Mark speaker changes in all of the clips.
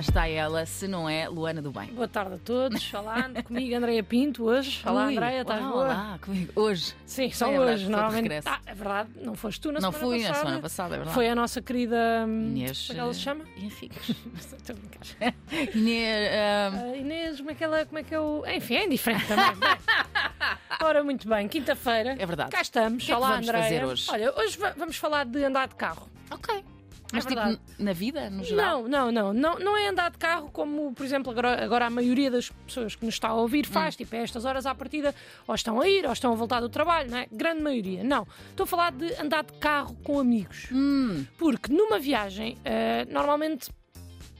Speaker 1: está ela, se não é Luana do Bem.
Speaker 2: Boa tarde a todos. Olá, comigo Andreia Pinto hoje. Olá,
Speaker 1: Ui,
Speaker 2: Andreia, estás
Speaker 1: olá,
Speaker 2: boa?
Speaker 1: Olá, comigo. Hoje.
Speaker 2: Sim, só
Speaker 1: É verdade,
Speaker 2: hoje,
Speaker 1: foi de
Speaker 2: normalmente.
Speaker 1: regresso.
Speaker 2: Ah, é verdade, não foste tu na
Speaker 1: não
Speaker 2: semana
Speaker 1: fui
Speaker 2: passada.
Speaker 1: na semana passada, é verdade.
Speaker 2: Foi a nossa querida. hum,
Speaker 1: Inês.
Speaker 2: Como é que ela se
Speaker 1: eh,
Speaker 2: chama?
Speaker 1: Henriques.
Speaker 2: Estou a brincar.
Speaker 1: Inês. ah,
Speaker 2: Ah, Inês, como é que ela. Como é que eu... Enfim, é indiferente também. Bem. Ora, muito bem, quinta-feira.
Speaker 1: É verdade.
Speaker 2: Cá estamos.
Speaker 1: O que é que
Speaker 2: Olá,
Speaker 1: vamos
Speaker 2: Andreia.
Speaker 1: fazer hoje?
Speaker 2: Olha, hoje va- vamos falar de andar de carro.
Speaker 1: ok. Mas tipo,
Speaker 2: É verdade.
Speaker 1: n- na vida, no geral?
Speaker 2: Não, não, não, não. Não é andar de carro como, por exemplo, agora, agora a maioria das pessoas que nos está a ouvir
Speaker 1: Hum.
Speaker 2: faz, tipo, a estas horas à partida, ou estão a ir, ou estão a voltar do trabalho, não é? Grande maioria. Não. Estou a falar de andar de carro com amigos.
Speaker 1: Hum,
Speaker 2: Porque numa viagem, eh, normalmente,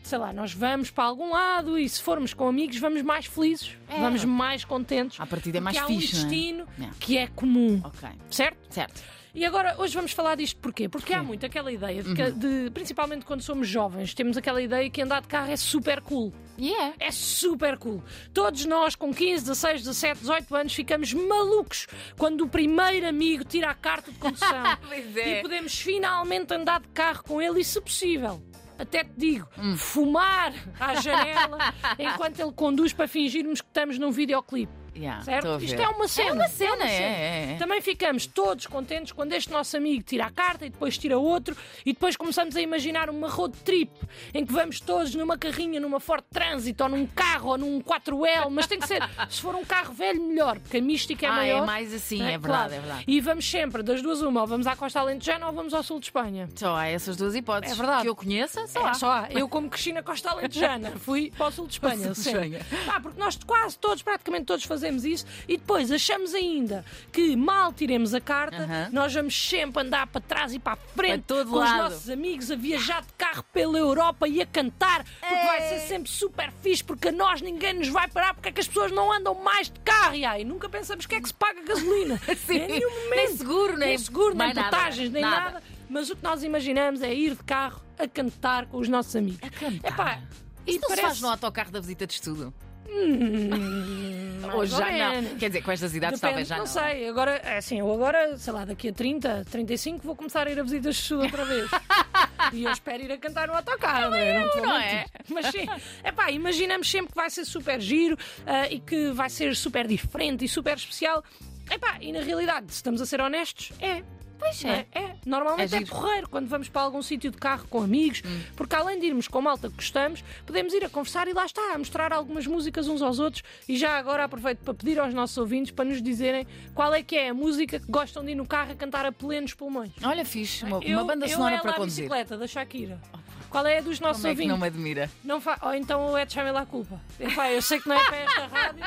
Speaker 2: sei lá, nós vamos para algum lado e se formos com amigos, vamos mais felizes,
Speaker 1: É.
Speaker 2: vamos mais contentes.
Speaker 1: à partida é mais
Speaker 2: porque há
Speaker 1: fixe,
Speaker 2: um
Speaker 1: não é?
Speaker 2: destino
Speaker 1: É.
Speaker 2: que é comum,
Speaker 1: Ok,
Speaker 2: certo?
Speaker 1: certo.
Speaker 2: E agora, hoje vamos falar disto porquê? Porque há muito aquela ideia, de, que-
Speaker 1: Uhum.
Speaker 2: de- principalmente quando somos jovens, temos aquela ideia que andar de carro é super cool.
Speaker 1: Yeah.
Speaker 2: É super cool. Todos nós, com 15, 16, 17, 18 anos, ficamos malucos quando o primeiro amigo tira a carta de condução
Speaker 1: Pois é.
Speaker 2: e podemos finalmente andar de carro com ele e, se possível, até te digo,
Speaker 1: Hum.
Speaker 2: fumar à janela enquanto ele conduz para fingirmos que estamos num videoclipe,
Speaker 1: Yeah, estou a
Speaker 2: certo?
Speaker 1: ver.
Speaker 2: Isto é uma cena. Então,
Speaker 1: É uma cena, é. é, é.
Speaker 2: Também ficamos todos contentes quando este nosso amigo tira a carta e depois tira outro e depois começamos a imaginar uma road trip em que vamos todos numa carrinha, numa Ford Transit ou num carro ou num 4L, mas tem que ser, se for um carro velho, melhor, porque a mística é
Speaker 1: ah,
Speaker 2: maior.
Speaker 1: é mais assim,
Speaker 2: não
Speaker 1: é, verdade,
Speaker 2: Claro.
Speaker 1: é verdade.
Speaker 2: E vamos sempre, das duas uma, ou vamos à Costa Alentejana ou vamos ao Sul de Espanha.
Speaker 1: Só há essas duas hipóteses.
Speaker 2: É verdade.
Speaker 1: Que eu conheça, só
Speaker 2: É,
Speaker 1: há.
Speaker 2: só há. Eu, como cresci na Costa Alentejana, fui para o sul de Espanha.
Speaker 1: Ao sul de
Speaker 2: sempre.
Speaker 1: Espanha.
Speaker 2: Pá, porque nós quase todos, praticamente todos, fazemos isso e depois achamos ainda que mal tiremos a carta,
Speaker 1: Aham.
Speaker 2: nós vamos sempre andar para trás e para a frente
Speaker 1: Para todo
Speaker 2: com
Speaker 1: lado.
Speaker 2: os nossos amigos a viajar de carro pela Europa e a cantar, porque
Speaker 1: É.
Speaker 2: vai ser sempre super fixe, porque a nós ninguém nos vai parar, porque é que as pessoas não andam mais de carro e aí nunca pensamos que é que se paga gasolina.
Speaker 1: Sim.
Speaker 2: Em nenhum momento.
Speaker 1: Assim. Nem seguro, nem-
Speaker 2: nem, seguro, nem
Speaker 1: mais nada.
Speaker 2: portagens, nem
Speaker 1: Nada.
Speaker 2: nada. Mas o que nós imaginamos é ir de carro a cantar com os nossos amigos.
Speaker 1: A cantar?
Speaker 2: Epá,
Speaker 1: Isso
Speaker 2: e
Speaker 1: não se
Speaker 2: parece...
Speaker 1: faz no autocarro da visita de estudo? Ou
Speaker 2: Hum, mais
Speaker 1: já não?
Speaker 2: ou menos.
Speaker 1: Quer dizer, com estas idades
Speaker 2: Depende,
Speaker 1: talvez já
Speaker 2: não,
Speaker 1: não.
Speaker 2: sei, agora, é assim, eu agora, sei lá, daqui a 30, 35 vou começar a ir a visitas de estudo outra vez. e eu espero ir a cantar no autocarro. não é? Não te vou
Speaker 1: não
Speaker 2: mentir.
Speaker 1: é?
Speaker 2: Mas sim, epá, imaginamos sempre que vai ser super giro ah, e que vai ser super diferente e super especial. Epá, e na realidade, se estamos a ser honestos, é.
Speaker 1: Pois
Speaker 2: não é? É. Normalmente
Speaker 1: É
Speaker 2: é,
Speaker 1: giro. Hum.
Speaker 2: porreiro quando vamos para algum sítio de carro com amigos, porque além de irmos com malta que gostamos, podemos ir a conversar e lá está, a mostrar algumas músicas uns aos outros. E já agora aproveito para pedir aos nossos ouvintes para nos dizerem qual é que é a música que gostam de ir no carro a cantar a plenos pulmões.
Speaker 1: Olha, fixe, uma,
Speaker 2: é? Eu-
Speaker 1: uma banda
Speaker 2: eu
Speaker 1: sonora
Speaker 2: é
Speaker 1: para
Speaker 2: lá a
Speaker 1: conduzir.
Speaker 2: bicicleta da Shakira. Qual é a dos nossos
Speaker 1: Como é que
Speaker 2: ouvintes?
Speaker 1: não me admira?
Speaker 2: Não fa... Ou então o Ed Chamela à culpa. Epá, eu sei que não é para esta rádio,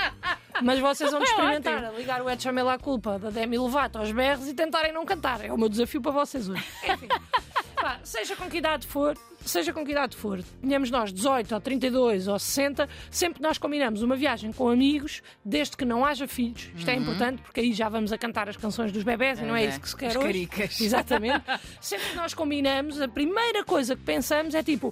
Speaker 2: mas vocês vão experimentar a ligar o Ed Chamela à culpa da Demi Lovato aos berros e tentarem não cantar. É o meu desafio para vocês hoje. Enfim, pá, seja com que idade for, seja com que idade for, tenhamos nós 18 ou 32 ou 60, sempre nós combinamos uma viagem com amigos, desde que não haja filhos. Isto é importante porque aí já vamos a cantar as canções dos bebés e não
Speaker 1: Uhum.
Speaker 2: é
Speaker 1: É,
Speaker 2: isso que se quer
Speaker 1: as
Speaker 2: hoje.
Speaker 1: caricas.
Speaker 2: Exatamente. Sempre que nós combinamos, a primeira coisa que pensamos é tipo: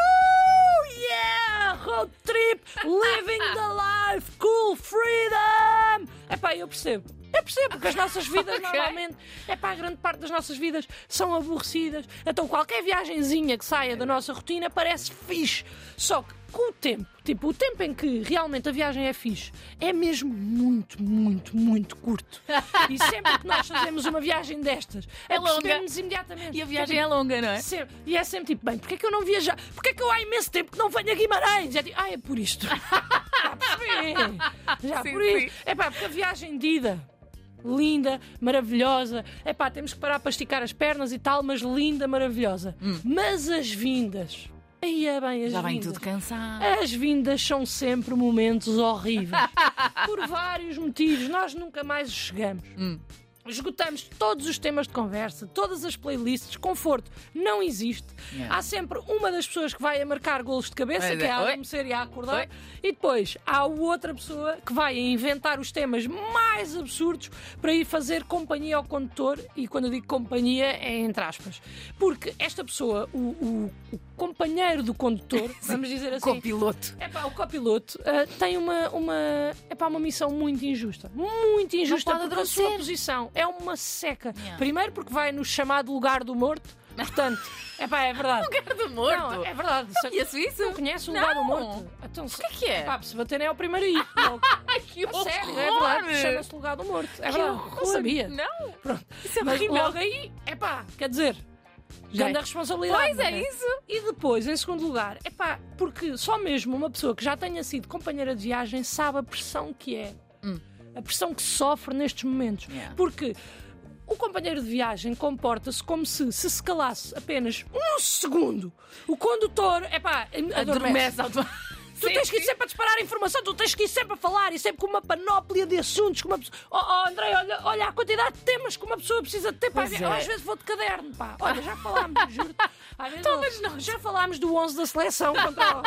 Speaker 2: Uhul! Yeah! Road trip! Living the life! Cool freedom! Epá, eu percebo. Eu percebo, porque as nossas vidas
Speaker 1: Ok.
Speaker 2: normalmente, epá, É a grande parte das nossas vidas são aborrecidas. Então qualquer viagenzinha que saia da nossa rotina parece fixe. Só que com o tempo, tipo, o tempo em que realmente a viagem é fixe é mesmo muito, muito, muito curto. E sempre que nós fazemos uma viagem destas,
Speaker 1: É longa.
Speaker 2: apercebemos imediatamente. Tipo,
Speaker 1: E a viagem é longa, não é?
Speaker 2: Sempre- e é sempre tipo, bem, porque é que eu não viajar? Porque é que eu há imenso tempo que não venho a Guimarães? É tipo, ah, é por isto. Já percebi. Já
Speaker 1: Sim,
Speaker 2: por
Speaker 1: sim.
Speaker 2: isto. É pá, porque a viagem de ida. Linda, maravilhosa. É pá, temos que parar para esticar as pernas e tal, mas linda, maravilhosa. Mas as vindas. Aí é bem, as
Speaker 1: Hum. Já vem
Speaker 2: vindas.
Speaker 1: tudo cansado.
Speaker 2: As vindas são sempre momentos horríveis. Por vários motivos, nós nunca mais chegamos.
Speaker 1: Hum.
Speaker 2: Esgotamos todos os temas de conversa, todas as playlists, conforto não existe.
Speaker 1: Yeah.
Speaker 2: Há sempre uma das pessoas que vai a marcar golos de cabeça,
Speaker 1: Pois
Speaker 2: que
Speaker 1: é.
Speaker 2: é a
Speaker 1: Oi.
Speaker 2: adormecer e a acordar,
Speaker 1: Oi.
Speaker 2: e depois há outra pessoa que vai a inventar os temas mais absurdos para ir fazer companhia ao condutor, e quando eu digo companhia é entre aspas, porque esta pessoa, o, o- o companheiro do condutor, vamos dizer assim,
Speaker 1: Com o piloto.
Speaker 2: Epá, o copiloto ah, é tem uma, uma, epá, uma missão muito injusta. Muito injusta
Speaker 1: pode
Speaker 2: porque a sua
Speaker 1: adormecer.
Speaker 2: posição é uma seca.
Speaker 1: Yeah.
Speaker 2: Primeiro porque vai no chamado lugar do morto, portanto, é pá, é verdade.
Speaker 1: Cara do morto.
Speaker 2: Não, é verdade. Só-
Speaker 1: Conheço isso?
Speaker 2: Não conhece o lugar do
Speaker 1: Não.
Speaker 2: morto? Então,
Speaker 1: O que é que é?
Speaker 2: Pá, se baterem é o primeiro aí. logo.
Speaker 1: Ai, que
Speaker 2: A
Speaker 1: horror!
Speaker 2: Sério, é verdade. Chama-se lugar do morto. É
Speaker 1: Que
Speaker 2: verdade.
Speaker 1: horror.
Speaker 2: Não sabia.
Speaker 1: Não,
Speaker 2: Pronto.
Speaker 1: isso é
Speaker 2: Mas
Speaker 1: horrível.
Speaker 2: logo aí, é pá, quer dizer, já
Speaker 1: Ok.
Speaker 2: da responsabilidade.
Speaker 1: Pois
Speaker 2: não
Speaker 1: é isso.
Speaker 2: E depois, em segundo lugar, é pá, porque só mesmo uma pessoa que já tenha sido companheira de viagem sabe a pressão que é.
Speaker 1: Hum.
Speaker 2: A pressão que sofre nestes momentos.
Speaker 1: Yeah.
Speaker 2: Porque o companheiro de viagem comporta-se como se se se calasse apenas um segundo. O condutor, é pá, adormece.
Speaker 1: Adormece automa-
Speaker 2: Tu
Speaker 1: Sim,
Speaker 2: tens que ir
Speaker 1: sim.
Speaker 2: sempre a disparar informação, tu tens que ir sempre a falar e sempre com uma panóplia de assuntos. Com uma pessoa... oh, oh, André, olha, olha a quantidade de temas que uma pessoa precisa de ter para
Speaker 1: Pois
Speaker 2: ver.
Speaker 1: é.
Speaker 2: Eu às vezes vou de caderno, pá. Olha, já falámos, juro. Às vezes
Speaker 1: Então,
Speaker 2: eu-
Speaker 1: mas não.
Speaker 2: Já falámos do 11 da seleção contra o.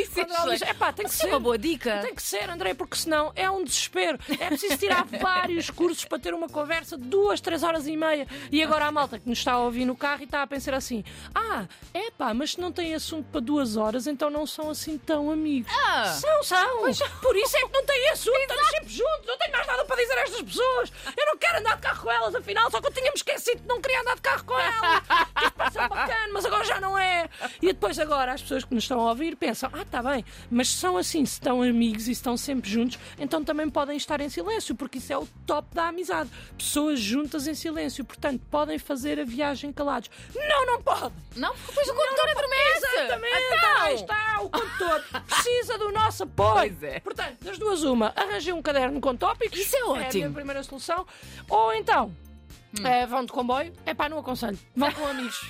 Speaker 1: Isso é
Speaker 2: Quando ela diz,
Speaker 1: excelente.
Speaker 2: "Epá, tem que
Speaker 1: Isso é
Speaker 2: ser."
Speaker 1: uma boa dica.
Speaker 2: Tem que ser, André, porque senão é um desespero. É preciso tirar vários cursos para ter uma conversa de duas, três horas e meia. E agora a malta que nos está a ouvir no carro e está a pensar assim: ah, é pá, mas se não tem assunto para duas horas, então não são assim tão amigos.
Speaker 1: Ah.
Speaker 2: São, são. Por isso é que não tem assunto, estamos sempre juntos. Não tenho mais nada para dizer a estas pessoas. Eu não quero andar de carro com elas, afinal, só que eu tinha-me esquecido que não queria andar de carro com elas. Isto parece bacana, mas agora já não é. E depois, agora, as pessoas que nos estão a ouvir pensam: ah, está bem, mas se são assim, se estão amigos e estão sempre juntos, então também podem estar em silêncio, porque isso é o top da amizade. Pessoas juntas em silêncio, portanto, podem fazer a viagem calados. Não, não podem!
Speaker 1: Não, porque depois o condutor adormece.
Speaker 2: é Exatamente,
Speaker 1: Então.
Speaker 2: aí está, o condutor precisa do nosso apoio.
Speaker 1: Pois é.
Speaker 2: Portanto, das duas, uma, arranjei um caderno com tópicos.
Speaker 1: Isso é
Speaker 2: É a minha
Speaker 1: ótimo. Hum.
Speaker 2: primeira solução. Ou então, eh, vão de comboio. É pá, não aconselho. Vão com amigos.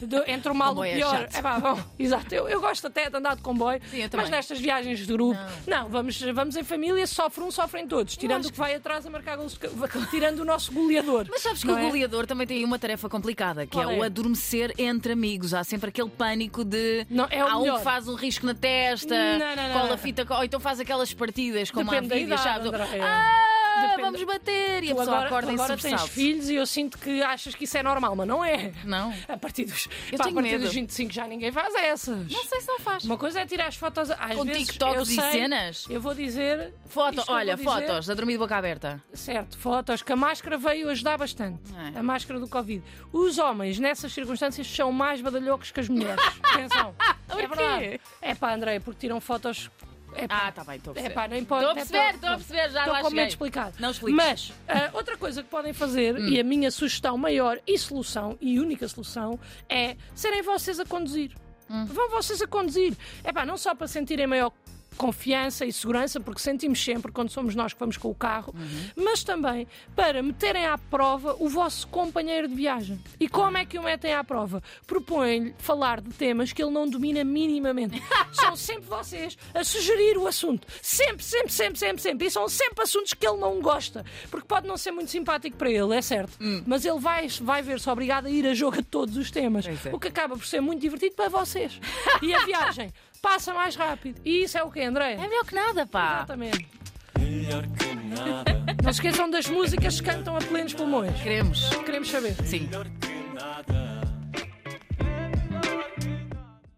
Speaker 2: Do- entre o mal e o
Speaker 1: Comboio é
Speaker 2: pior.
Speaker 1: chato.
Speaker 2: É pá, vão. Exato. Eu, eu gosto até de andar de comboio,
Speaker 1: Sim, eu
Speaker 2: mas
Speaker 1: também.
Speaker 2: nestas viagens de grupo. Não, vamos, vamos em família, sofre um, sofrem todos. Tirando
Speaker 1: acho
Speaker 2: o que vai atrás a marcar golos, de ca- tirando o nosso goleador.
Speaker 1: Mas sabes que
Speaker 2: Não
Speaker 1: o
Speaker 2: é?
Speaker 1: goleador também tem uma tarefa complicada, que
Speaker 2: Qual
Speaker 1: é, o
Speaker 2: é?
Speaker 1: adormecer entre amigos. Há sempre aquele pânico de
Speaker 2: Não, é o
Speaker 1: há um
Speaker 2: melhor.
Speaker 1: que faz um risco na testa,
Speaker 2: Não, não, não,
Speaker 1: cola
Speaker 2: não.
Speaker 1: fita, ou então faz aquelas partidas como
Speaker 2: Depende da
Speaker 1: há vídeos,
Speaker 2: idade,
Speaker 1: sabes?
Speaker 2: Andréa.
Speaker 1: Ah,
Speaker 2: Depende.
Speaker 1: vamos bater! E a
Speaker 2: Tu
Speaker 1: pessoa
Speaker 2: agora,
Speaker 1: acorda
Speaker 2: tu
Speaker 1: em
Speaker 2: agora tens
Speaker 1: sobressalto.
Speaker 2: filhos e eu sinto que achas que isso é normal, mas não é.
Speaker 1: Não.
Speaker 2: A partir dos,
Speaker 1: Eu
Speaker 2: pá,
Speaker 1: tenho
Speaker 2: a partir
Speaker 1: medo.
Speaker 2: dos 25 já ninguém faz essas.
Speaker 1: Não sei se não faz.
Speaker 2: Uma coisa é tirar as fotos às
Speaker 1: Com
Speaker 2: vezes, eu
Speaker 1: TikToks e
Speaker 2: sei,
Speaker 1: cenas.
Speaker 2: Eu vou dizer.
Speaker 1: Foto,
Speaker 2: isto eu
Speaker 1: olha,
Speaker 2: vou dizer-
Speaker 1: fotos, a dormir de boca aberta.
Speaker 2: Certo, fotos, que a máscara veio ajudar bastante.
Speaker 1: É.
Speaker 2: A máscara do Covid. Os homens, nessas circunstâncias, são mais badalhocos que as mulheres. Atenção.
Speaker 1: quê?
Speaker 2: É verdade. É pá, André, porque tiram fotos. É pá,
Speaker 1: Ah, tá bem, estou a
Speaker 2: é
Speaker 1: perceber.
Speaker 2: pá não
Speaker 1: Estou
Speaker 2: importa.
Speaker 1: a perceber, estou a perceber, já lá
Speaker 2: Estou com medo de
Speaker 1: cheguei.
Speaker 2: explicar.
Speaker 1: Não expliques. Hum.
Speaker 2: Mas ah, outra coisa que podem fazer, e a minha sugestão maior e solução, e única solução, é serem vocês a conduzir.
Speaker 1: Hum.
Speaker 2: Vão vocês a conduzir. É pá, não só para sentirem maior confiança e segurança, porque sentimos sempre quando somos nós que vamos com o carro,
Speaker 1: Uhum.
Speaker 2: mas também para meterem à prova o vosso companheiro de viagem. E como é que o metem à prova? Propõem-lhe falar de temas que ele não domina minimamente. São sempre vocês a sugerir o assunto. Sempre, sempre, sempre, sempre, sempre. E são sempre assuntos que ele não gosta. Porque pode não ser muito simpático para ele, é certo.
Speaker 1: Hum.
Speaker 2: Mas ele vai, vai ver-se obrigado a ir a jogo a todos os temas.
Speaker 1: Pois é.
Speaker 2: O que acaba por ser muito divertido para vocês. E a viagem passa mais rápido. E isso é o que, André?
Speaker 1: É melhor que nada, pá.
Speaker 2: Exatamente.
Speaker 3: Melhor que nada,
Speaker 2: Não se esqueçam das músicas que cantam a plenos pulmões.
Speaker 1: Queremos.
Speaker 2: Queremos saber.
Speaker 1: Sim.
Speaker 3: melhor que